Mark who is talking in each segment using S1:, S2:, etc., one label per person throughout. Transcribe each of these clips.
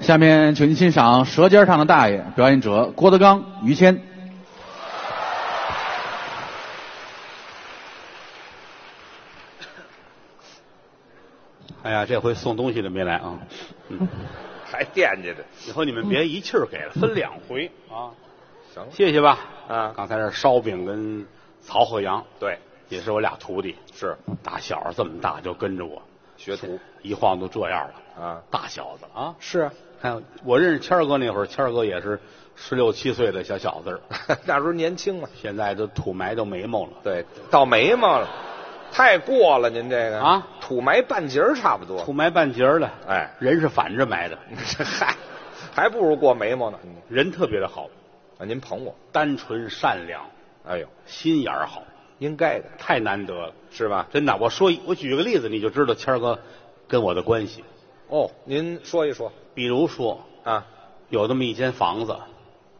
S1: 下面，请您欣赏《舌尖上的大爷》，表演者郭德纲、于谦。
S2: 哎呀，这回送东西的没来啊！嗯
S3: 还惦记着，
S2: 以后你们别一气儿给 了，分两回啊！
S3: 行了
S2: 谢谢吧。
S3: 啊
S2: 刚才这烧饼跟曹鹤阳，
S3: 对，
S2: 也是我俩徒弟，
S3: 是
S2: 打小这么大就跟着我，
S3: 学徒
S2: 一晃都这样了
S3: 啊
S2: 大小子啊！
S3: 是，
S2: 看我认识谦儿哥那会儿，谦儿哥也是十六七岁的小小 子儿，
S3: 那时候年轻嘛，
S2: 现在都土埋都眉毛了，
S3: 对，到眉毛了，太过了，您这个
S2: 啊，
S3: 土埋半截儿差不多
S2: 土，埋半截儿了。
S3: 哎
S2: 人是反着埋的，
S3: 这 嗨，还不如过眉毛呢。嗯
S2: 人特别的好，
S3: 啊，您捧我，
S2: 单纯善良，
S3: 哎呦，
S2: 心眼儿好，
S3: 应该的，
S2: 太难得了。
S3: 是吧？
S2: 真的，我说一我举个例子，你就知道谦儿哥跟我的关系。
S3: 哦，您说一说
S2: 比如说，
S3: 啊，
S2: 有这么一间房子，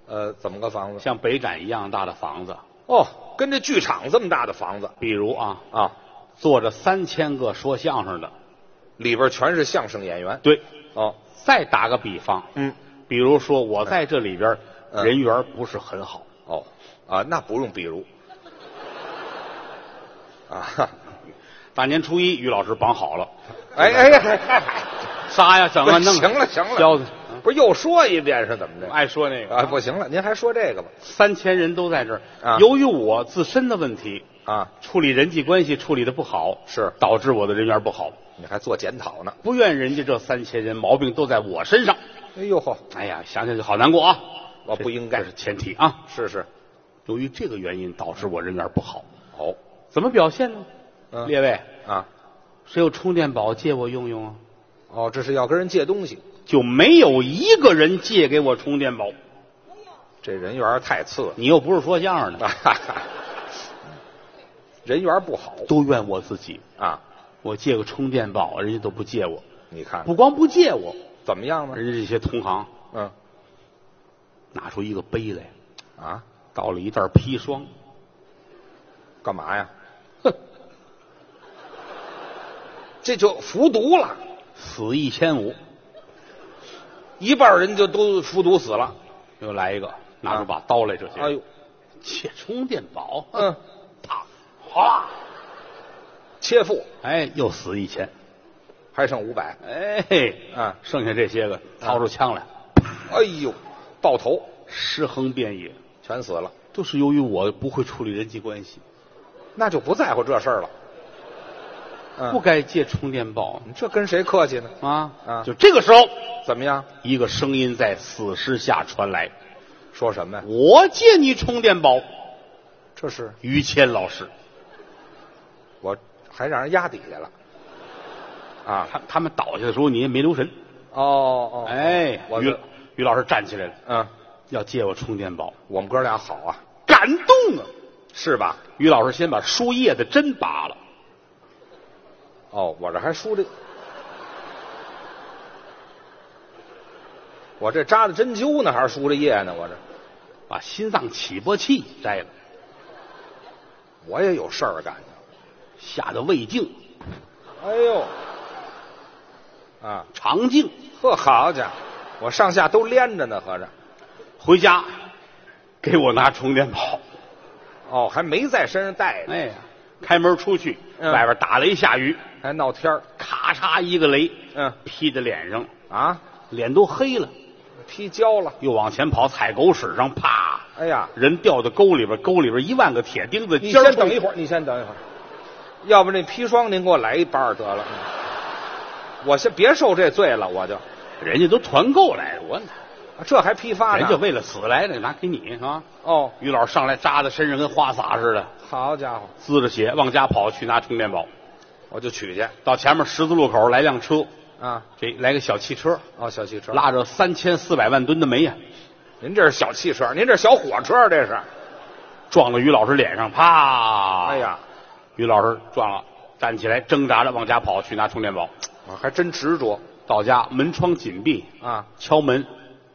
S3: 呃，怎么个房子？
S2: 像北展一样大的房子，
S3: 哦，跟这剧场这么大的房子
S2: 比如啊，
S3: 啊，
S2: 坐着三千个说相声的。
S3: 里边全是相声演员。
S2: 对，
S3: 哦，
S2: 再打个比方，
S3: 嗯，
S2: 比如说我在这里边
S3: 嗯
S2: 人缘不是很好，
S3: 哦，啊，那不用比如，啊，哈
S2: 大年初一于老师绑好了，
S3: 哎哎哎哎，
S2: 杀呀， 整啊，弄啊，
S3: 行了行了
S2: 削的，哎嗯
S3: 不是又说一遍是怎么着？
S2: 爱说那个
S3: 啊，不行了，您还说这个吧？
S2: 三千人都在这儿。
S3: 啊
S2: 由于我自身的问题，
S3: 啊，
S2: 处理人际关系处理的不好，
S3: 是
S2: 导致我的人缘不好。
S3: 你还做检讨呢？
S2: 不怨人家这三千人，毛病都在我身上。
S3: 哎呦嚯，
S2: 哎呀，想想就好难过啊！
S3: 我不应该
S2: 这是前提啊。
S3: 是是，
S2: 由于这个原因，导致我人缘不好。
S3: 哦，
S2: 怎么表现呢？
S3: 嗯
S2: 列位，
S3: 啊，
S2: 谁有充电宝借我用用啊？
S3: 哦，这是要跟人借东西，
S2: 就没有一个人借给我充电宝。
S3: 这人缘儿太次了，
S2: 你又不是说相声的，
S3: 啊哈哈人缘儿不好
S2: 都怨我自己。
S3: 啊。
S2: 我借个充电宝，人家都不借我。
S3: 你看
S2: 不光不借我，
S3: 怎么样呢？
S2: 人家这些同行
S3: 嗯，
S2: 拿出一个杯来，
S3: 啊，
S2: 倒了一袋砒霜。
S3: 干嘛呀？
S2: 哼，
S3: 这就服毒了，
S2: 死一千五，
S3: 一半人就都服毒死了。
S2: 又来一个，拿出把刀来，这些。
S3: 哎呦，
S2: 借充电宝，
S3: 嗯，
S2: 啪，哗，
S3: 切腹
S2: 哎，又死一千，
S3: 还剩五百，
S2: 哎，
S3: 啊
S2: 剩下这些个掏出枪来，
S3: 哎呦，爆头
S2: 尸横遍野，
S3: 全死了，
S2: 都是由于我不会处理人际关系，
S3: 那就不在乎这事儿了。嗯
S2: 不该借充电宝
S3: 你这跟谁客气呢？
S2: 啊
S3: 啊
S2: 就这个时候，
S3: 怎么样？
S2: 一个声音在死尸下传来
S3: 说什么：“呀？
S2: 我借你充电宝。
S3: 这是”
S2: 于谦老师，
S3: 我还让人压底下了。啊，
S2: 他他们倒下的时候你也没留神，
S3: 哦哦，
S2: 哎，
S3: 我
S2: 于于老师站起来了，
S3: 嗯，
S2: 要借我充电宝，
S3: 我们哥俩好啊，
S2: 感动啊！
S3: 是吧？
S2: 于老师先把输液的针拔了，
S3: 哦，我这还输这， 我这扎的针灸呢，还是输这液呢？我这
S2: 把心脏起搏器摘了，
S3: 我也有事儿干呢。
S2: 下的胃镜、
S3: 哎呦，啊，
S2: 肠镜，
S3: 呵，好家伙，我上下都连着呢，合着。
S2: 回家给我拿充电宝。
S3: 哦，还没在身上带着，
S2: 哎呀，开门出去，
S3: 嗯
S2: 外边打雷下雨，
S3: 还闹天儿
S2: 咔嚓一个雷，
S3: 嗯
S2: 劈在脸上，
S3: 啊，
S2: 脸都黑了。
S3: 踢焦了。
S2: 又往前跑，踩狗屎上，啪！
S3: 哎呀，
S2: 人掉到沟里边，沟里边一万个铁钉子。
S3: 你
S2: 尖儿
S3: 先等
S2: 冲
S3: 一会儿，你先等一会儿，要不那砒霜您给我来一半儿得了。嗯我先别受这罪了，我就啊
S2: 人家都团购来了，我
S3: 这还批发呢。
S2: 人家为了死来的，拿给你啊！
S3: 哦，
S2: 于老师上来扎在身上跟花洒似的，
S3: 好家伙，
S2: 滋着血往家跑去拿充电宝。
S3: 我就取去
S2: 到前面十字路口来辆车，
S3: 啊。
S2: 这来个小汽车，
S3: 哦，小汽车，
S2: 拉着三千四百万吨的煤呀、
S3: 您这是小汽车，您这是小火车，这是。
S2: 撞到于老师脸上，啪！
S3: 哎，呀，
S2: 于老师撞了，站起来挣扎着往家跑去拿充电宝。
S3: 我还真执着
S2: 到家门窗紧闭，
S3: 啊
S2: 敲门，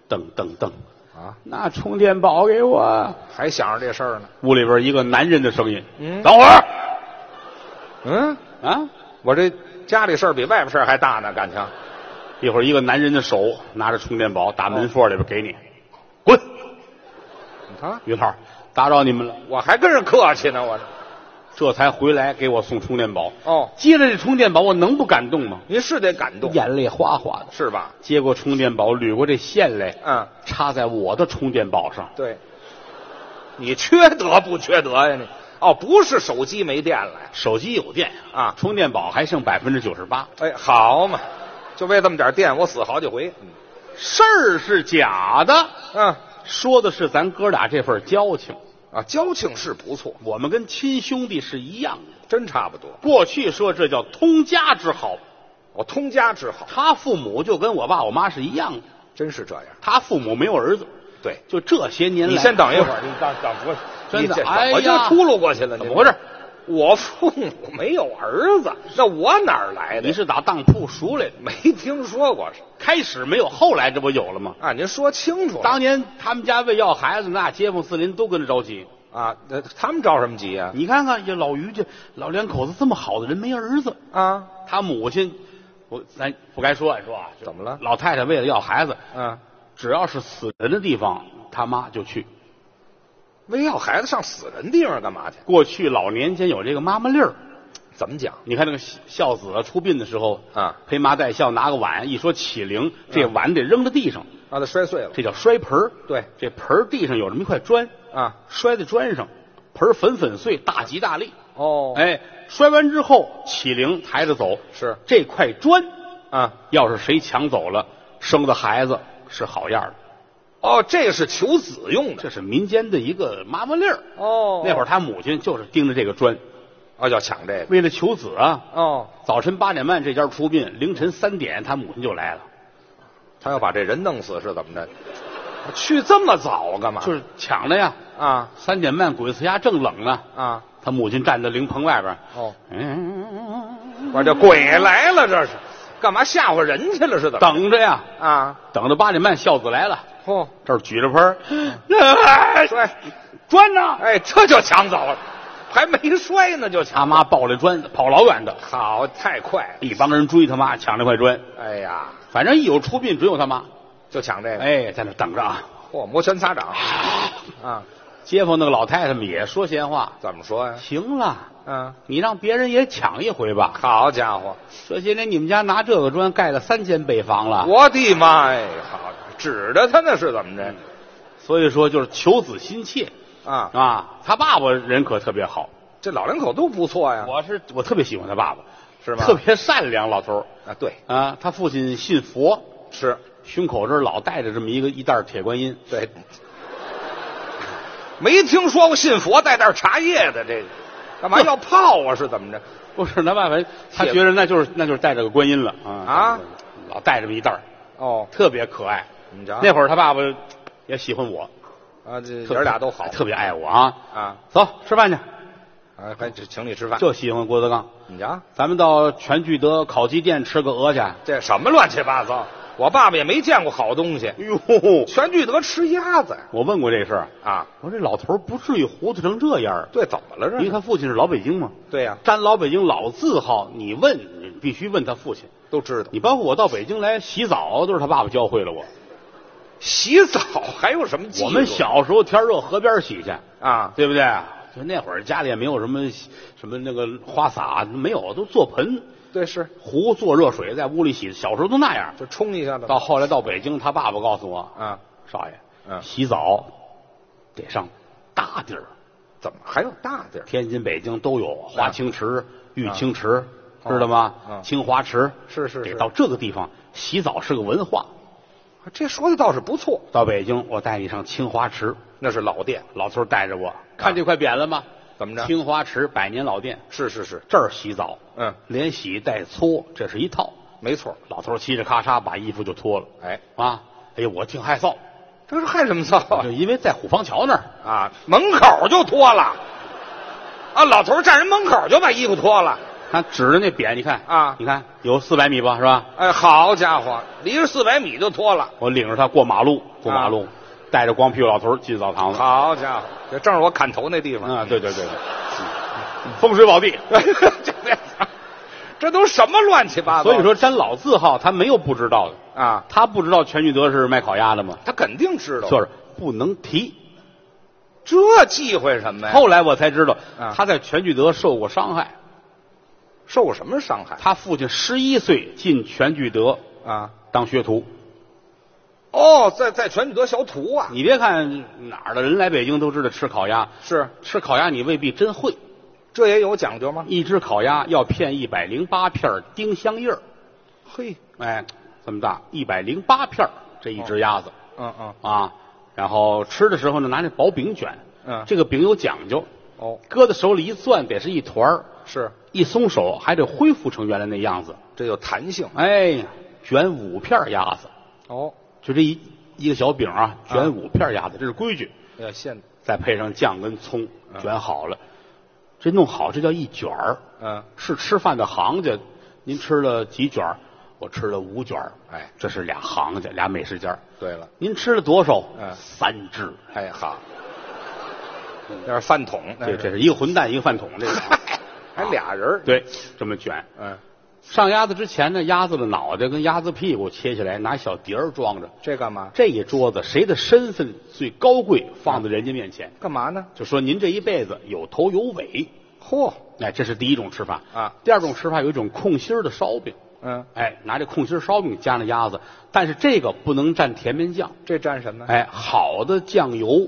S2: 噔噔噔，
S3: 啊，
S2: 拿充电宝给我。
S3: 还想着这事儿呢。
S2: 屋里边一个男人的声音：“
S3: 嗯
S2: 等会儿
S3: 嗯，
S2: 啊，
S3: 我这家里事儿比外边事儿还大呢，感情。
S2: 一会儿一个男人的手拿着充电宝打
S3: 哦
S2: 门缝里边给你，滚！
S3: 你看，
S2: 于老打扰你们了，
S3: 我还跟人客气呢，我这。
S2: 这才回来给我送充电宝。
S3: 哦，
S2: 接了这充电宝，我能不感动吗？
S3: 您是得感动，
S2: 眼泪哗哗的。
S3: 是吧？
S2: 接过充电宝，捋过这线来，
S3: 嗯，
S2: 插在我的充电宝上。
S3: 对。你缺德不缺德呀你？哦，不是手机没电了呀？
S2: 手机有电
S3: 啊
S2: 充电宝还剩百分之九十八。
S3: 哎，好嘛，就为这么点电，我死好几回。
S2: 事儿是假的，
S3: 嗯
S2: 说的是咱哥俩这份交情。
S3: 啊，交情是不错，
S2: 我们跟亲兄弟是一样的。
S3: 真差不多。
S2: 过去说这叫通家之好，
S3: 我通家之好，
S2: 他父母就跟我爸我妈是一样的。
S3: 真是这样。
S2: 他父母没有儿子，
S3: 对，
S2: 就这些年来，
S3: 你先等一会儿，你等等我，
S2: 真的
S3: 你这
S2: 哎呀
S3: 我就秃噜过去了，
S2: 怎么回事？
S3: 我父母没有儿子，那我哪儿来的？
S2: 你是打当铺赎来的，
S3: 没听说过是？
S2: 开始没有，后来这不有了吗？
S3: 啊，您说清楚了
S2: 当年他们家为要孩子，那街坊四邻都跟着着急。
S3: 啊，那他们着什么急呀、
S2: 你看看，这老于这老两口子这么好的人没儿子，
S3: 啊？啊，
S2: 他母亲，我咱不该说，你说啊，就
S3: 怎么了
S2: 老太太为了要孩子，
S3: 嗯、
S2: 只要是死人的地方，他妈就去。
S3: 为要孩子上死人地方干嘛去？
S2: 过去老年间有这个妈妈粒儿，
S3: 怎么讲？
S2: 你看那个孝孝子啊出殡的时候
S3: 啊，
S2: 陪麻带孝拿个碗，一说起灵，这碗得扔到地上，
S3: 啊，他摔碎了。
S2: 这叫摔盆儿。
S3: 对，
S2: 这盆儿地上有这么一块砖，
S3: 啊，
S2: 摔在砖上，盆儿粉粉碎，大吉大利。
S3: 哦，
S2: 哎，摔完之后起灵抬着走，
S3: 是
S2: 这块砖
S3: 啊，
S2: 要是谁抢走了，生的孩子是好样的。
S3: 哦，这是求子用的。
S2: 这是民间的一个妈妈粒儿。
S3: 哦
S2: 那会儿
S3: 儿
S2: 他母亲就是盯着这个砖，
S3: 哦要抢这个。
S2: 为了求子啊。
S3: 哦，
S2: 早晨八点半这家出殡，凌晨三点他母亲就来了，
S3: 他要把这人弄死是怎么着？去这么早干嘛？
S2: 就是抢的呀。
S3: 啊
S2: 三点半鬼子家正冷呢，
S3: 啊，
S2: 他母亲站在灵棚外边，
S3: 哦，
S2: 嗯，
S3: 我这鬼来了，这是干嘛吓唬人去了？是怎么着？
S2: 等着呀，
S3: 啊，
S2: 等着八点半孝子来了，
S3: 嚯、
S2: 这儿举着盆儿，哎
S3: 摔，
S2: 砖呢？
S3: 哎，这就抢走了，还没摔呢就抢。
S2: 他妈抱着砖跑老远的，
S3: 好，太快了。
S2: 一帮人追他妈抢这块砖，
S3: 哎呀，
S2: 反正一有出殡准有他妈。
S3: 就抢这个。
S2: 哎，在那等着啊。
S3: 嚯、摩拳擦掌啊！
S2: 街坊那个老太太们也说闲话，
S3: 怎么说呀、
S2: 行了，
S3: 嗯、
S2: 你让别人也抢一回吧。
S3: 好家伙，
S2: 这些年你们家拿这个砖盖了三间北房了，
S3: 我的妈呀！好，指着他那是怎么着？
S2: 所以说就是求子心切
S3: 啊，
S2: 啊。他爸爸人可特别好，
S3: 这老两口都不错呀，
S2: 我是我特别喜欢他爸爸，
S3: 啊是吗？
S2: 特别善良老头
S3: 啊，对，
S2: 儿啊。他父亲信佛，
S3: 是，
S2: 胸口这儿老带着这么一个一袋铁观音，
S3: 对， 没听说过信佛带袋茶叶的这个，干嘛要泡啊？是怎么着？
S2: 不是他爸爸，他
S3: 铁
S2: 觉得那就是那就是带着个观音了啊
S3: 啊，
S2: 老带这么一袋儿，
S3: 哦，
S2: 特别可爱。
S3: 你瞧，
S2: 那会儿他爸爸也喜欢我，
S3: 啊，这
S2: 特别
S3: 爷俩都好，
S2: 特别爱我啊。
S3: 啊，
S2: 走，吃饭去，
S3: 啊，还只请你吃饭，
S2: 就喜欢郭德纲。
S3: 你瞧
S2: 咱们到全聚德烤鸡店吃个鹅去。哎
S3: 这什么乱七八糟，我爸爸也没见过好东西，
S2: 呦，
S3: 全聚德吃鸭子呀
S2: 我问过这事儿，
S3: 啊，
S2: 我说这老头儿不至于糊涂成这样儿。
S3: 对，怎么了
S2: 因为
S3: 这？
S2: 他父亲是老北京嘛，
S3: 对呀，
S2: 沾老北京老字号，你问你必须问他父亲。
S3: 都知道
S2: 你包括我到北京来洗澡，都是他爸爸教会了我。
S3: 洗澡还有什么技术？
S2: 我们小时候天热河边儿洗去，
S3: 啊，
S2: 对不对？就那会儿家里也没有什么什么那个花洒，没有，都坐盆。
S3: 对，是
S2: 壶做热水，在屋里洗。小时候都那样。
S3: 就冲一下子
S2: 到后来到北京，他爸爸告诉我，
S3: 啊，
S2: 少爷，
S3: 嗯
S2: 洗澡得上大地儿，
S3: 怎么还有大地儿？
S2: 天津、北京都有华清池、玉
S3: 啊
S2: 清池，
S3: 哦
S2: 知道吗？
S3: 嗯
S2: 清华池
S3: 是是
S2: 得
S3: 是
S2: 到这个地方洗澡是个文化。
S3: 这说的倒是不错，
S2: 到北京，我带你上清华池，
S3: 那是老店，
S2: 老头儿带着我看这块匾了吗？
S3: 怎么着
S2: 清华池百年老店，
S3: 是是是，
S2: 这儿洗澡，
S3: 嗯，
S2: 连洗带搓，这是一套。
S3: 没错。
S2: 老头儿嘁哩咔嚓把衣服就脱了，
S3: 哎，
S2: 啊，哎呀，我挺害臊。
S3: 这是害什么臊
S2: 就因为在虎坊桥那儿，
S3: 啊？ 啊，门口就脱了，啊，老头儿站人门口就把衣服脱了。
S2: 他指着那匾，你看
S3: 啊
S2: 你看有四百米吧，是吧？
S3: 哎，好家伙，离着四百米就脱了。
S2: 我领着他过马路，过马
S3: 啊
S2: 路，带着光屁股老头儿进澡堂子。嗯
S3: 好家伙，这正是我砍头那地方。
S2: 啊，对对对对，风水宝地，
S3: 这别 这都什么乱七八糟？
S2: 所以说，沾老字号他没有不知道的，
S3: 啊，
S2: 他不知道全聚德是卖烤鸭的吗？
S3: 他肯定知道，
S2: 就是不能提。
S3: 这忌讳什么呀？
S2: 后来我才知道
S3: 啊，
S2: 他在全聚德受过伤害。
S3: 受什么伤害
S2: 他父亲十一岁进全聚德
S3: 啊？
S2: 当学徒。
S3: 哦，在在全聚德学徒啊，
S2: 你别看哪儿的人来北京都知道吃烤鸭，
S3: 是
S2: 吃烤鸭你未必真会。
S3: 这也有讲究吗？
S2: 一只烤鸭要片一百零八片丁香叶儿，
S3: 嘿，
S2: 哎，这么大，一百零八片儿这一只鸭子、
S3: 嗯嗯
S2: 啊。然后吃的时候呢，拿那薄饼卷，
S3: 嗯
S2: 这个饼有讲究，
S3: 哦，
S2: 搁在手里一攥得是一团儿，
S3: 是
S2: 一松手还得恢复成原来那样子。
S3: 这有弹性
S2: 哎呀，卷五片鸭子，
S3: 哦，
S2: 就这一一个小饼啊，
S3: 啊
S2: 卷五片鸭子，这是规矩。
S3: 要现
S2: 再配上酱跟葱，
S3: 嗯
S2: 卷好了，这弄好这叫一卷儿。
S3: 嗯
S2: 是吃饭的行家，您吃了几卷儿？我吃了五卷儿。
S3: 哎，
S2: 这是俩行家，俩美食家。
S3: 对了，
S2: 您吃了多少？
S3: 嗯
S2: 三只。
S3: 哎好，那是饭桶，那
S2: 对，
S3: 是
S2: 这是一个混蛋，一个饭桶，这个啊
S3: 还俩人儿
S2: 对，这么卷。
S3: 嗯，
S2: 上鸭子之前呢，鸭子的脑袋跟鸭子屁股切下来，拿小碟儿装着。
S3: 这干嘛？
S2: 这一桌子谁的身份最高贵，放在人家面前，
S3: 干嘛呢？
S2: 就说您这一辈子有头有尾。
S3: 嚯，
S2: 哎，这是第一种吃法
S3: 啊
S2: 第二种吃法有一种空心儿的烧饼，
S3: 嗯，
S2: 哎，拿这空心儿烧饼夹那鸭子，但是这个不能蘸甜面酱，
S3: 这蘸什么？
S2: 哎，好的酱油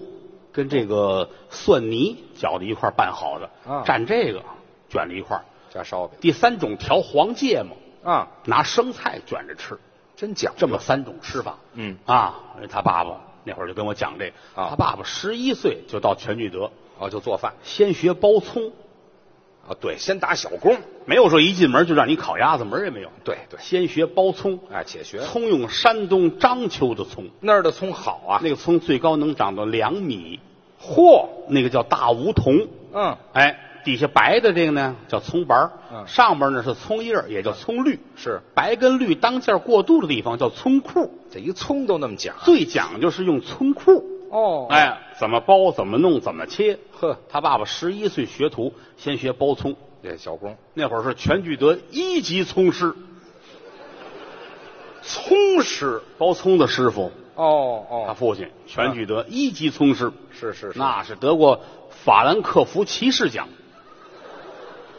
S2: 跟这个蒜泥搅在一块儿拌好的，
S3: 啊
S2: 蘸这个卷在一块儿。
S3: 加烧饼
S2: 第三种调黄芥末，
S3: 啊，
S2: 拿生菜卷着吃，
S3: 真讲
S2: 这
S3: 究
S2: 么三种吃法。
S3: 嗯
S2: 啊，他爸爸那会儿就跟我讲这个，
S3: 啊
S2: 他爸爸十一岁就到全聚德，
S3: 哦，就做饭
S2: 先学包葱，
S3: 啊，对，先打小工，
S2: 没有说一进门就让你烤鸭子，门儿也没有。
S3: 对对，
S2: 先学包葱，
S3: 哎，且学
S2: 葱用山东章丘的葱，
S3: 那儿的葱好啊，
S2: 那个葱最高能长到两米，
S3: 嚯，
S2: 那个叫大梧桐。
S3: 嗯，
S2: 哎，底下白的这个呢叫葱白儿
S3: 嗯
S2: 上边呢是葱叶儿，也叫葱绿。
S3: 是
S2: 白跟绿当间过渡的地方叫葱库，
S3: 这一葱都那么讲
S2: 最讲究是用葱库。
S3: 哦，，
S2: 哎，怎么包，怎么弄，怎么切。
S3: 呵，
S2: 他爸爸十一岁学徒，先学包葱。
S3: 这小工
S2: 那会儿是全聚德一级葱师，
S3: 葱师
S2: 包葱的师傅，
S3: 哦
S2: 他
S3: 哦，
S2: 父亲全聚德一级葱师，
S3: 是是是，
S2: 那是得过法兰克福骑士奖。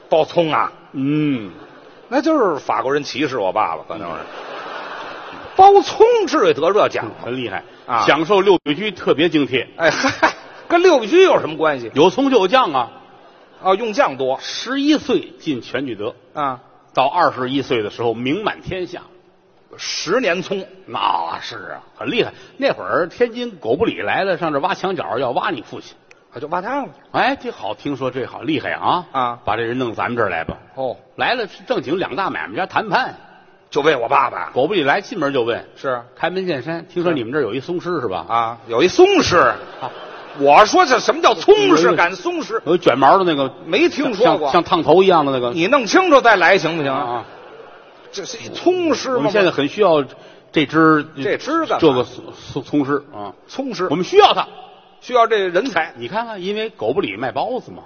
S3: 包葱啊，
S2: 嗯，
S3: 那就是法国人歧视我爸爸，可能是包葱至于得这奖吗？
S2: 很厉害
S3: 啊
S2: 享受六必居特别津贴，
S3: 哎嗨，跟六必居有什么关系
S2: 有葱就有酱啊。
S3: 啊？用酱多
S2: 十一岁进全聚德，
S3: 啊，
S2: 到二十一岁的时候名满天下，
S3: 十年葱
S2: 那是啊，很厉害。那会儿天津狗不理来了，上这挖墙角要挖你父亲。
S3: 啊，就挖他了
S2: 哎，这好，听说这好厉害啊！
S3: 啊
S2: 把这人弄咱们这儿来吧。
S3: 哦，
S2: 来了是正经两大买卖家谈判，
S3: 就为我爸爸
S2: 狗不理来进门就问，
S3: 是
S2: 开门见山，听说你们这儿有一松狮是吧？
S3: 啊，有一松狮，
S2: 啊，
S3: 我说这什么叫葱
S2: 有
S3: 师？
S2: 一
S3: 赶松狮
S2: 有一卷毛的那个，
S3: 没听说
S2: 像
S3: 过，
S2: 像烫头一样的那个。
S3: 你弄清楚再来行不行？
S2: 啊啊！
S3: 这是一葱师吗？
S2: 我们现在很需要这只
S3: 这只干嘛
S2: 这个松松松狮啊，
S3: 葱师
S2: 我们需要它。
S3: 需要这人才
S2: 你看看，因为狗不理卖包子嘛，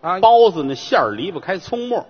S3: 啊
S2: 包子那馅儿离不开葱末。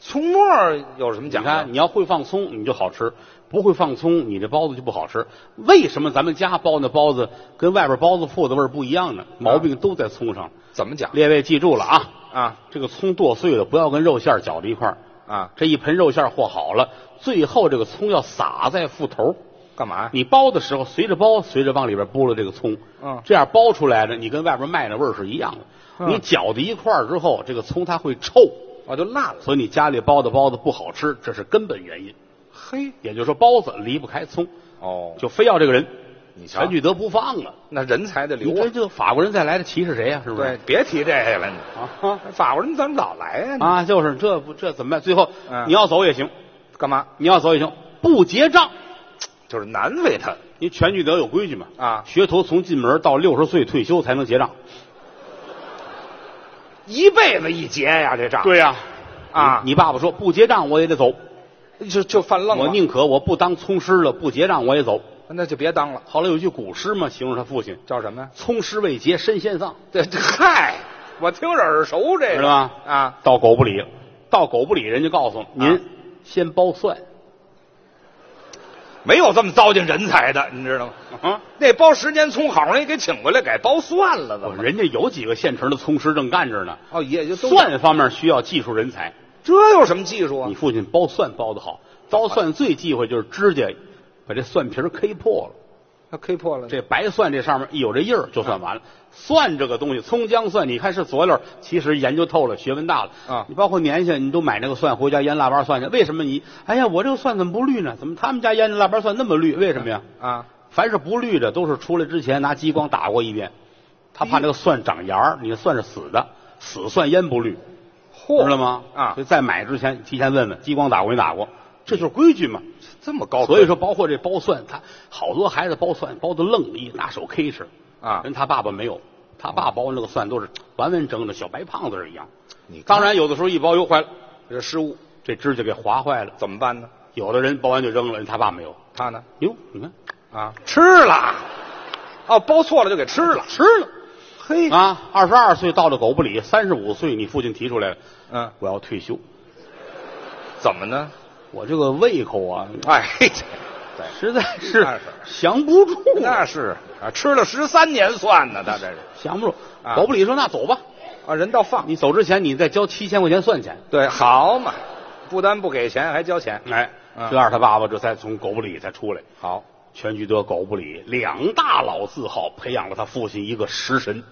S3: 葱末儿有什么
S2: 你
S3: 讲
S2: 看，
S3: 究？
S2: 你要会放葱，你就好吃；不会放葱，你这包子就不好吃。为什么咱们家包那包子跟外边包子铺子味儿不一样
S3: 啊
S2: 呢？毛病都在葱上。
S3: 怎么讲
S2: 列位记住了啊，
S3: 啊
S2: 这个葱剁碎了，不要跟肉馅儿搅在一块儿。
S3: 啊？
S2: 这一盆肉馅儿和好了，最后这个葱要撒在腹头。
S3: 干嘛呀？
S2: 你包的时候，随着包，随着往里边拨了这个葱，
S3: 嗯
S2: 这样包出来的，你跟外边卖的味儿是一样的。
S3: 嗯
S2: 你搅在一块儿之后，这个葱它会臭，
S3: 我就烂了。
S2: 所以你家里包的包子不好吃，这是根本原因。
S3: 嘿，
S2: 也就是说，包子离不开葱，
S3: 哦，
S2: 就非要这个人，
S3: 你瞧
S2: 全，聚德不放了。
S3: 那人才得
S2: 你
S3: 留
S2: 这
S3: 啊。
S2: 这法国人再来的歧视谁呀、是不
S3: 对
S2: 是？，
S3: 别提这个了你。
S2: 啊
S3: 法国人怎么老来呀、你
S2: 啊，就是这不这怎么办？最后、
S3: 嗯
S2: 你要走也行，
S3: 干嘛？
S2: 你要走也行，不结账。
S3: 就是难为他
S2: 因为全聚德有规矩嘛，
S3: 啊！
S2: 学徒从进门到六十岁退休才能结账。
S3: 一辈子一结呀、这账
S2: 对呀、
S3: 啊
S2: 你你爸爸说不结账我也得走，
S3: 就就犯愣了。
S2: 我宁可我不当葱师了，不结账我也走。
S3: 那就别当了，
S2: 后来有句古诗嘛，形容他父亲
S3: 叫什么呀？
S2: “葱师未结身先丧
S3: 这这嗨，我听着耳熟”，这
S2: 知
S3: 个
S2: 道吗？
S3: 啊，
S2: 到狗不理了，到狗不理，人家告诉您、
S3: 啊
S2: 先剥蒜
S3: 没有这么糟践人才的，你知道吗？
S2: 啊。
S3: 那包十年葱好容易给请回来，改包蒜了，怎
S2: 我
S3: 么？
S2: 人家有几个现成的葱师正干着呢。
S3: 哦，也就都
S2: 蒜方面需要技术人才，
S3: 这有什么技术啊
S2: 你？父亲剥蒜剥的好，剥蒜最忌讳就是指甲把这蒜皮儿 K 破了。
S3: 他 K 破了，
S2: 这白蒜这上面一有这印儿，就算完了。蒜这个东西，葱姜蒜，你看是佐料，其实研究透了，学问大了
S3: 啊
S2: 你包括年下，你都买那个蒜回家腌腊八蒜去，为什么你？哎呀，我这个蒜怎么不绿呢？怎么他们家腌的腊八蒜那么绿？为什么呀？
S3: 啊，
S2: 凡是不绿的，都是出来之前拿激光打过一遍，他怕那个蒜长芽儿，你的蒜是死的，死蒜腌不绿，
S3: 嚯，
S2: 知道吗？
S3: 啊
S2: 所以在买之前提前问问，激光打过没打过，这就是规矩嘛。
S3: 这么高科技，
S2: 所以说，包括这剥蒜，他好多孩子剥蒜剥的愣了，一拿手 K 吃
S3: 啊哦
S2: 人他爸爸没有，他爸剥那个蒜都是完完整整的小白胖子儿一样。
S3: 你看
S2: 当然，有的时候一剥又坏了，
S3: 这失误
S2: 这指甲给划坏了。
S3: 怎么办呢？
S2: 有的人剥完就扔了，人他爸没有。
S3: 他呢？
S2: 哟，你看
S3: 啊，
S2: 吃了
S3: 哦，包错了就给吃了，
S2: 吃了
S3: 嘿，
S2: 啊！二十二岁到了狗不理，三十五岁你父亲提出来了，
S3: 嗯，
S2: 我要退休，
S3: 怎么呢？
S2: 我这个胃口啊，
S3: 哎，嘿
S2: 实在是
S3: 那是
S2: 降不住，
S3: 那是啊，吃了十三年蒜呢，他这是
S2: 降不住。
S3: 啊
S2: 狗不理说：“那走吧，
S3: 啊，人到放
S2: 你走之前你再交七千块钱蒜钱。”
S3: 对，好嘛，不单不给钱，还交钱，
S2: 哎，
S3: 嗯
S2: 这样他爸爸这才从狗不理才出来。
S3: 好，
S2: 全聚德、狗不理两大老字号培养了他父亲一个食神，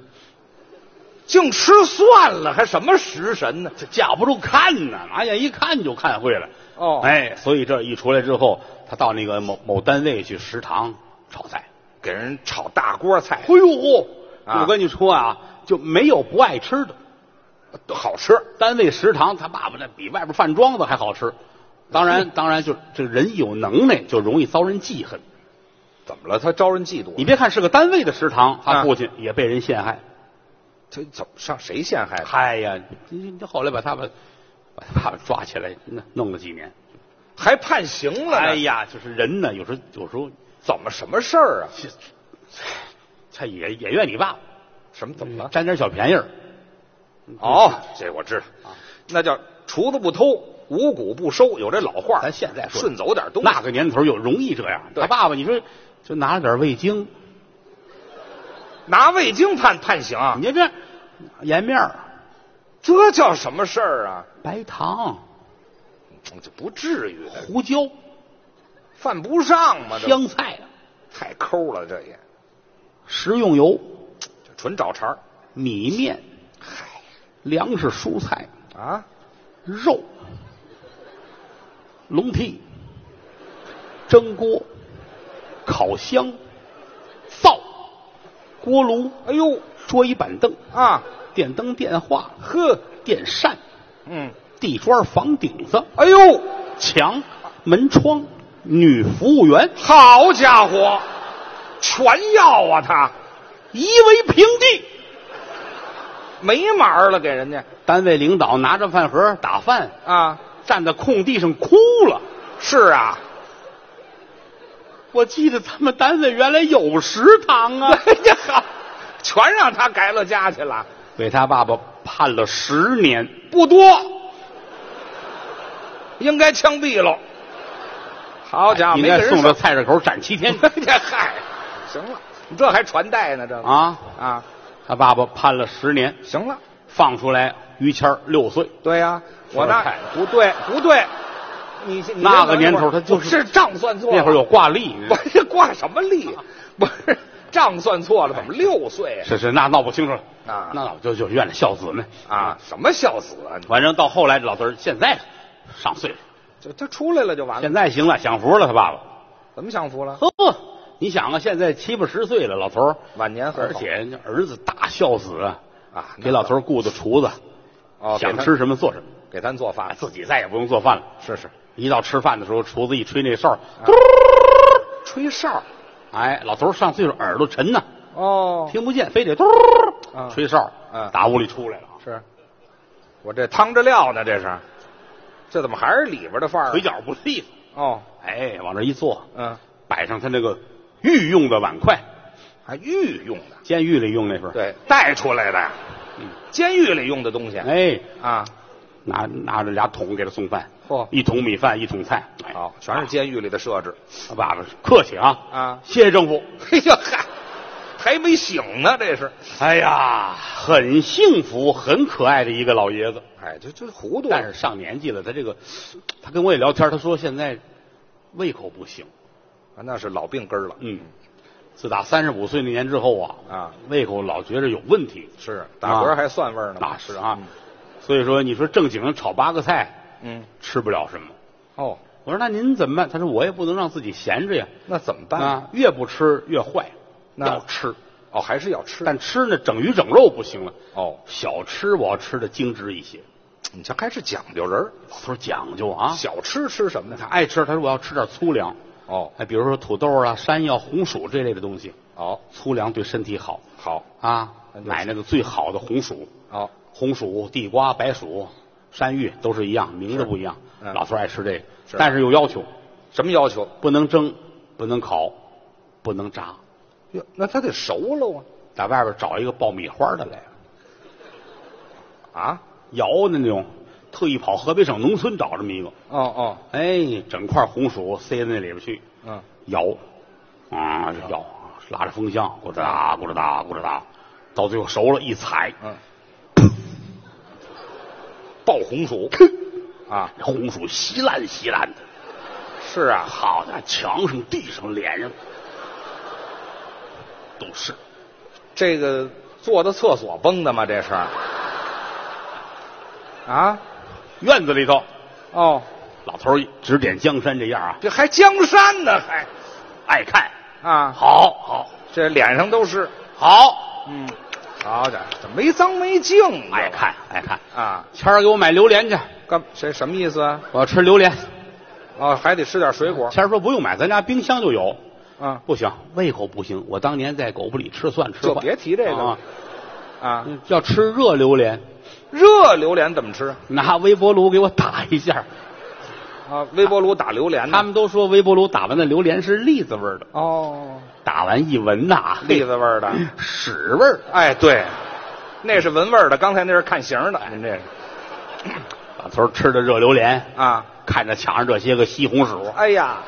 S3: 净吃蒜了，还什么食神呢？
S2: 这架不住看呢，拿眼一看就看会了。
S3: 哦
S2: 哎，所以这一出来之后，他到那个某某单位去食堂炒菜。
S3: 给人炒大锅菜
S2: 哎，呦，
S3: 啊
S2: 我跟你说啊，就没有不爱吃的，都好吃。单位食堂他爸爸那比外边饭庄子还好吃。当 然，当然就这人有能耐就容易遭人记恨。
S3: 怎么了？他招人嫉妒？
S2: 你别看是个单位的食堂，他
S3: 啊
S2: 父亲也被人陷害。
S3: 他怎么上谁陷害的？
S2: 嗨呀，你你你后来把他把把他爸爸抓起来，那弄了几年。
S3: 还判刑了？
S2: 哎，呀，就是人呢，有时候有时候
S3: 怎么什么事儿啊？
S2: 其实他也也怨你爸
S3: 什么怎么
S2: 爸
S3: 了？
S2: 占点小便宜儿。
S3: 哦，这我知道，那叫厨子不偷，五谷不收，有这老话儿。
S2: 咱现在说
S3: 顺走点东西，
S2: 那个年头有容易这样？
S3: 对
S2: 他爸爸，你说就拿了点味精，
S3: 拿味精判判刑，
S2: 你这盐面儿
S3: 这叫什么事儿啊？
S2: 白糖、
S3: 这不至于的，
S2: 胡椒、
S3: 犯不上嘛，这
S2: 香菜、
S3: 太抠了，这也
S2: 食用油、
S3: 这纯找茬儿
S2: 米面、粮食、蔬菜、
S3: 啊！
S2: 肉、笼屉、蒸锅、烤箱、灶、锅炉、
S3: 哎呦
S2: 桌椅板凳、
S3: 啊，
S2: 电灯、电话、
S3: 呵，
S2: 电扇、
S3: 嗯，
S2: 地砖、房顶子、
S3: 哎呦，
S2: 墙、门窗、女服务员，
S3: 好家伙，全要啊他，
S2: 夷为平地。
S3: 没门儿了，给人家
S2: 单位领导拿着饭盒打饭，
S3: 啊！
S2: 站在空地上哭了。
S3: 是啊，
S2: 我记得他们单位原来有食堂啊。
S3: 哎呀，好，全让他改了家去了，
S2: 给他爸爸判了十年，
S3: 不多，应该枪毙了。好家伙，
S2: 应
S3: 没给
S2: 该
S3: 人
S2: 哎送
S3: 手
S2: 到菜市口斩七天
S3: 这嗨，行了，你这还传代呢，这个
S2: 啊！
S3: 啊，
S2: 他爸爸判了十年，
S3: 行了，
S2: 放出来于谦儿六岁，
S3: 对呀、我
S2: 说
S3: 那
S2: 得太
S3: 不对不对，你你
S2: 那个
S3: 等一会
S2: 年
S3: 儿
S2: 头他就是
S3: 我是账算错了，
S2: 那会儿有挂历，
S3: 我这挂什么历？啊不是账算错了，怎
S2: 哎
S3: 么六岁啊
S2: 是是，那闹不清楚了
S3: 啊
S2: 那闹就就怨着孝子们。
S3: 啊？
S2: 嗯
S3: 什么孝子啊？
S2: 反正到后来，老头儿现在上岁数，
S3: 就他出来了就完了
S2: 现，在行了，享福了，他爸爸。
S3: 怎么享福了？
S2: 呵，你想啊，现在七八十岁了，老头儿，
S3: 晚年很
S2: 而
S3: 好
S2: 且那儿子大孝子啊，
S3: 啊，那
S2: 给老头儿雇的厨子，
S3: 哦，
S2: 想
S3: 给他
S2: 吃什么做什么，
S3: 给咱做
S2: 啊
S3: 饭，
S2: 自己再也不用做饭了。
S3: 是是，
S2: 一到吃饭的时候，厨子一吹那
S3: 啊
S2: 哨，
S3: 吹哨
S2: 哎，老头儿上岁数耳朵沉呐，
S3: 哦，
S2: 听不见，非得嘟
S3: 啊
S2: 吹哨，
S3: 嗯
S2: 打屋里出来了啊，
S3: 是，我这趟着料呢，这是，这怎么还是里边的范儿啊？
S2: 腿脚不利索，
S3: 哦，
S2: 哎，往那一坐，
S3: 嗯，
S2: 摆上他那个御用的碗筷，
S3: 还御用的，
S2: 监狱里用那份儿，
S3: 对，带出来的，
S2: 嗯
S3: 监狱里用的东西，
S2: 哎，
S3: 啊，
S2: 拿拿着俩桶给他送饭，
S3: 嚯
S2: 一桶米饭，一桶菜。哎
S3: 哦，全是监狱里的设置。
S2: 他爸爸客气啊，
S3: 啊
S2: 谢谢政府。
S3: 嘿呀，嗨，还没醒呢，这是。
S2: 哎呀，很幸福，很可爱的一个老爷子。
S3: 哎，这这糊涂。
S2: 但是上年纪了，他这个，他跟我也聊天，他说现在胃口不行。
S3: 啊那是老病根儿了。
S2: 嗯，自打三十五岁那年之后啊，
S3: 啊，
S2: 胃口老觉着有问题。
S3: 是打嗝还蒜味儿呢吗。
S2: 啊那是啊，所以说你说正经炒八个菜
S3: 嗯，
S2: 吃不了什么。
S3: 哦，
S2: 我说那您怎么办？他说我也不能让自己闲着呀。
S3: 那怎么办？
S2: 啊，越不吃越坏，
S3: 那
S2: 要吃，
S3: 哦，还是要吃。
S2: 但吃呢整鱼整肉不行了。
S3: 哦，
S2: 小吃我要吃的精致一些。
S3: 你这还是讲究人儿。
S2: 老头儿讲究啊，
S3: 小吃吃什么
S2: 他
S3: 呢？
S2: 爱吃，他说我要吃点粗粮。
S3: 哦
S2: 哎，比如说土豆啊、山药、红薯这类的东西，
S3: 哦
S2: 粗粮对身体好
S3: 好
S2: 啊。
S3: 那就是
S2: 买那个最好的红薯，
S3: 哦，
S2: 红薯、地瓜、白薯、山芋都是一样，名字不一样。
S3: 嗯
S2: 老头儿爱吃这个，
S3: 是
S2: 但是有要求，
S3: 什么要求？
S2: 不能蒸，不能烤，不能炸，
S3: 哟，那他得熟喽啊
S2: 在外边找一个爆米花的来，
S3: 啊！
S2: 摇的那种，特意跑河北省农村找这么一个，
S3: 哦哦，
S2: 哎，整块红薯塞到那里边去，
S3: 嗯，
S2: 摇，啊摇，拉着风箱，咕哒哒咕哒哒咕哒哒，到最后熟了，一踩，
S3: 嗯，
S2: 爆红 薯，
S3: 啊，
S2: 红薯稀烂稀烂的，
S3: 是啊，
S2: 好家伙，墙上、地上、脸上都是。
S3: 这个坐到厕所崩的吗？这是？ 啊，
S2: 院子里头，
S3: 哦，
S2: 老头儿指点江山这样啊，
S3: 这还江山呢，还
S2: 爱看，
S3: 啊，
S2: 好好
S3: 这脸上都是。
S2: 好，
S3: 嗯，好家伙，怎么没脏没净的？
S2: 爱看爱看。
S3: 啊，
S2: 谦儿给我买榴莲去，
S3: 干谁什么意思啊？
S2: 我要吃榴莲。
S3: 哦，还得吃点水果。
S2: 谦儿说不用买，咱家冰箱就有。
S3: 啊
S2: 不行，胃口不行。我当年在狗不理吃蒜吃坏
S3: 就别提这个了
S2: 啊
S3: 啊，
S2: 要吃热榴莲，
S3: 热榴莲怎么吃？
S2: 拿微波炉给我打一下。
S3: 啊，微波炉打榴莲呢
S2: 他们都说微波炉打完的榴莲是栗子味儿的，
S3: 哦，
S2: 打完一闻呐，
S3: 栗子味儿啊的。
S2: 嘿屎味儿。
S3: 哎，对，那是闻味儿的，刚才那是看形儿的。您这是
S2: 老头儿吃的热榴莲，
S3: 啊？
S2: 看着墙上这些个西红柿，
S3: 哎呀，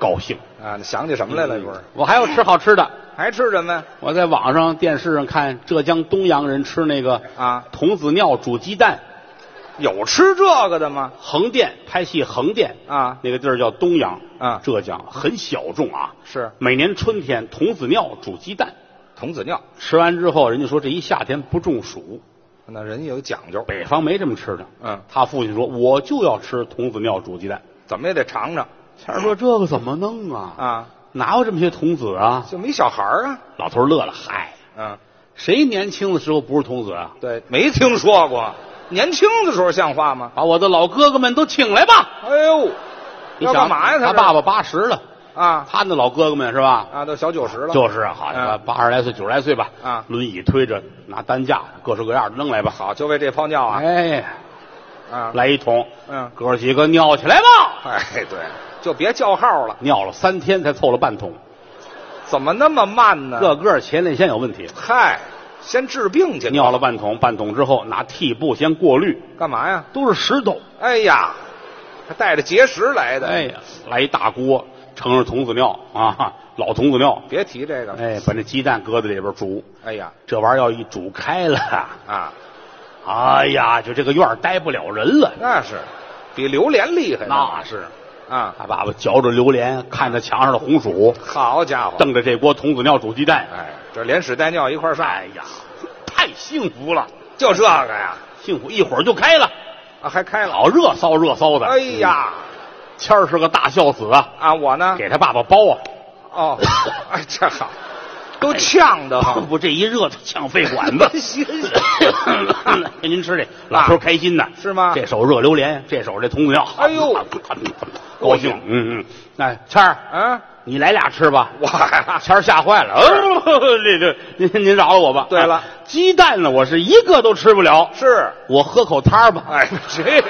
S2: 高兴。
S3: 啊，你想起什么来了？一会儿
S2: 我还要吃好吃的。
S3: 还吃什么呀？
S2: 我在网上、电视上看浙江东阳人吃那个
S3: 啊
S2: 童子尿煮鸡蛋，
S3: 有吃这个的吗？
S2: 横店拍戏横店
S3: 啊
S2: 那个地儿叫东阳
S3: 啊
S2: 浙江很小众啊。
S3: 是
S2: 每年春天童子尿煮鸡蛋，
S3: 童子尿，
S2: 吃完之后人家说这一夏天不中暑，
S3: 那人有讲究，
S2: 北方没这么吃的。
S3: 嗯
S2: 他父亲说我就要吃童子尿煮鸡蛋。
S3: 怎么也得尝尝
S2: 前儿说这个怎么弄啊？
S3: 啊。
S2: 哪有这么些童子啊？
S3: 就没小孩儿啊？
S2: 老头儿乐了，嗨，
S3: 嗯，
S2: 谁年轻的时候不是童子啊？
S3: 对，没听说过。年轻的时候像话吗？
S2: 把我的老哥哥们都请来吧。
S3: 哎呦，
S2: 你
S3: 要
S2: 想
S3: 干嘛呀？
S2: 他
S3: 这
S2: 爸爸八十了，
S3: 啊
S2: 他那老哥哥们是吧？
S3: 啊，都小九十了，
S2: 就是啊，好家伙，
S3: 嗯
S2: 八十来岁、九十来岁吧，
S3: 啊
S2: 轮椅推着，拿担架，各式各样的弄来吧。
S3: 好，嗯就为这泡尿啊
S2: 哎，
S3: 啊！
S2: 来一桶，
S3: 嗯，
S2: 哥几个尿起来吧。
S3: 哎，对，就别叫号了，
S2: 尿了三天才凑了半桶，
S3: 怎么那么慢呢？
S2: 个个前列腺有问题，
S3: 嗨，先治病去，
S2: 尿了半桶，半桶之后拿屉布先过滤，
S3: 干嘛呀？
S2: 都是石头。
S3: 哎呀，还带着结石来的，
S2: 哎，呀，来一大锅，盛上童子尿啊， 老童子尿，
S3: 别提这个了，
S2: 哎，把那鸡蛋搁在里边煮，
S3: 哎呀
S2: 这玩意儿要一煮开了，
S3: 啊，
S2: 哎呀，就这个院儿待不了人了。
S3: 那是比榴莲厉害呢
S2: 那是，
S3: 啊，
S2: 他爸爸嚼着榴莲，看着墙上的红薯，
S3: 好家伙，
S2: 瞪着这锅童子尿煮鸡蛋，
S3: 哎，这连屎带尿一块儿上，
S2: 哎呀，太幸福了，
S3: 就这个呀，
S2: 幸福一会儿就开了，
S3: 啊，还开了，
S2: 老热骚热骚的。
S3: 哎呀
S2: 嗯，谦儿是个大孝子啊，
S3: 啊，我呢，
S2: 给他爸爸包啊，
S3: 哦， 哎，这好，都呛得
S2: 要
S3: 慌，。
S2: 不这一热他呛肺管子
S3: 啊 行行啊
S2: 给您吃这，老头儿开心呐，
S3: 是吗
S2: 这手热榴莲，这手这童子尿，
S3: 哎 呦，
S2: 高兴，嗯嗯，哎，谦儿，
S3: 啊，
S2: 你来俩吃 吧。
S3: 我呀
S2: 谦儿吓坏了，哦，这这您您饶了我吧。
S3: 对了
S2: 啊鸡蛋呢，我是一个都吃不了，
S3: 是，哎
S2: 我喝口汤吧。
S3: 哎，这。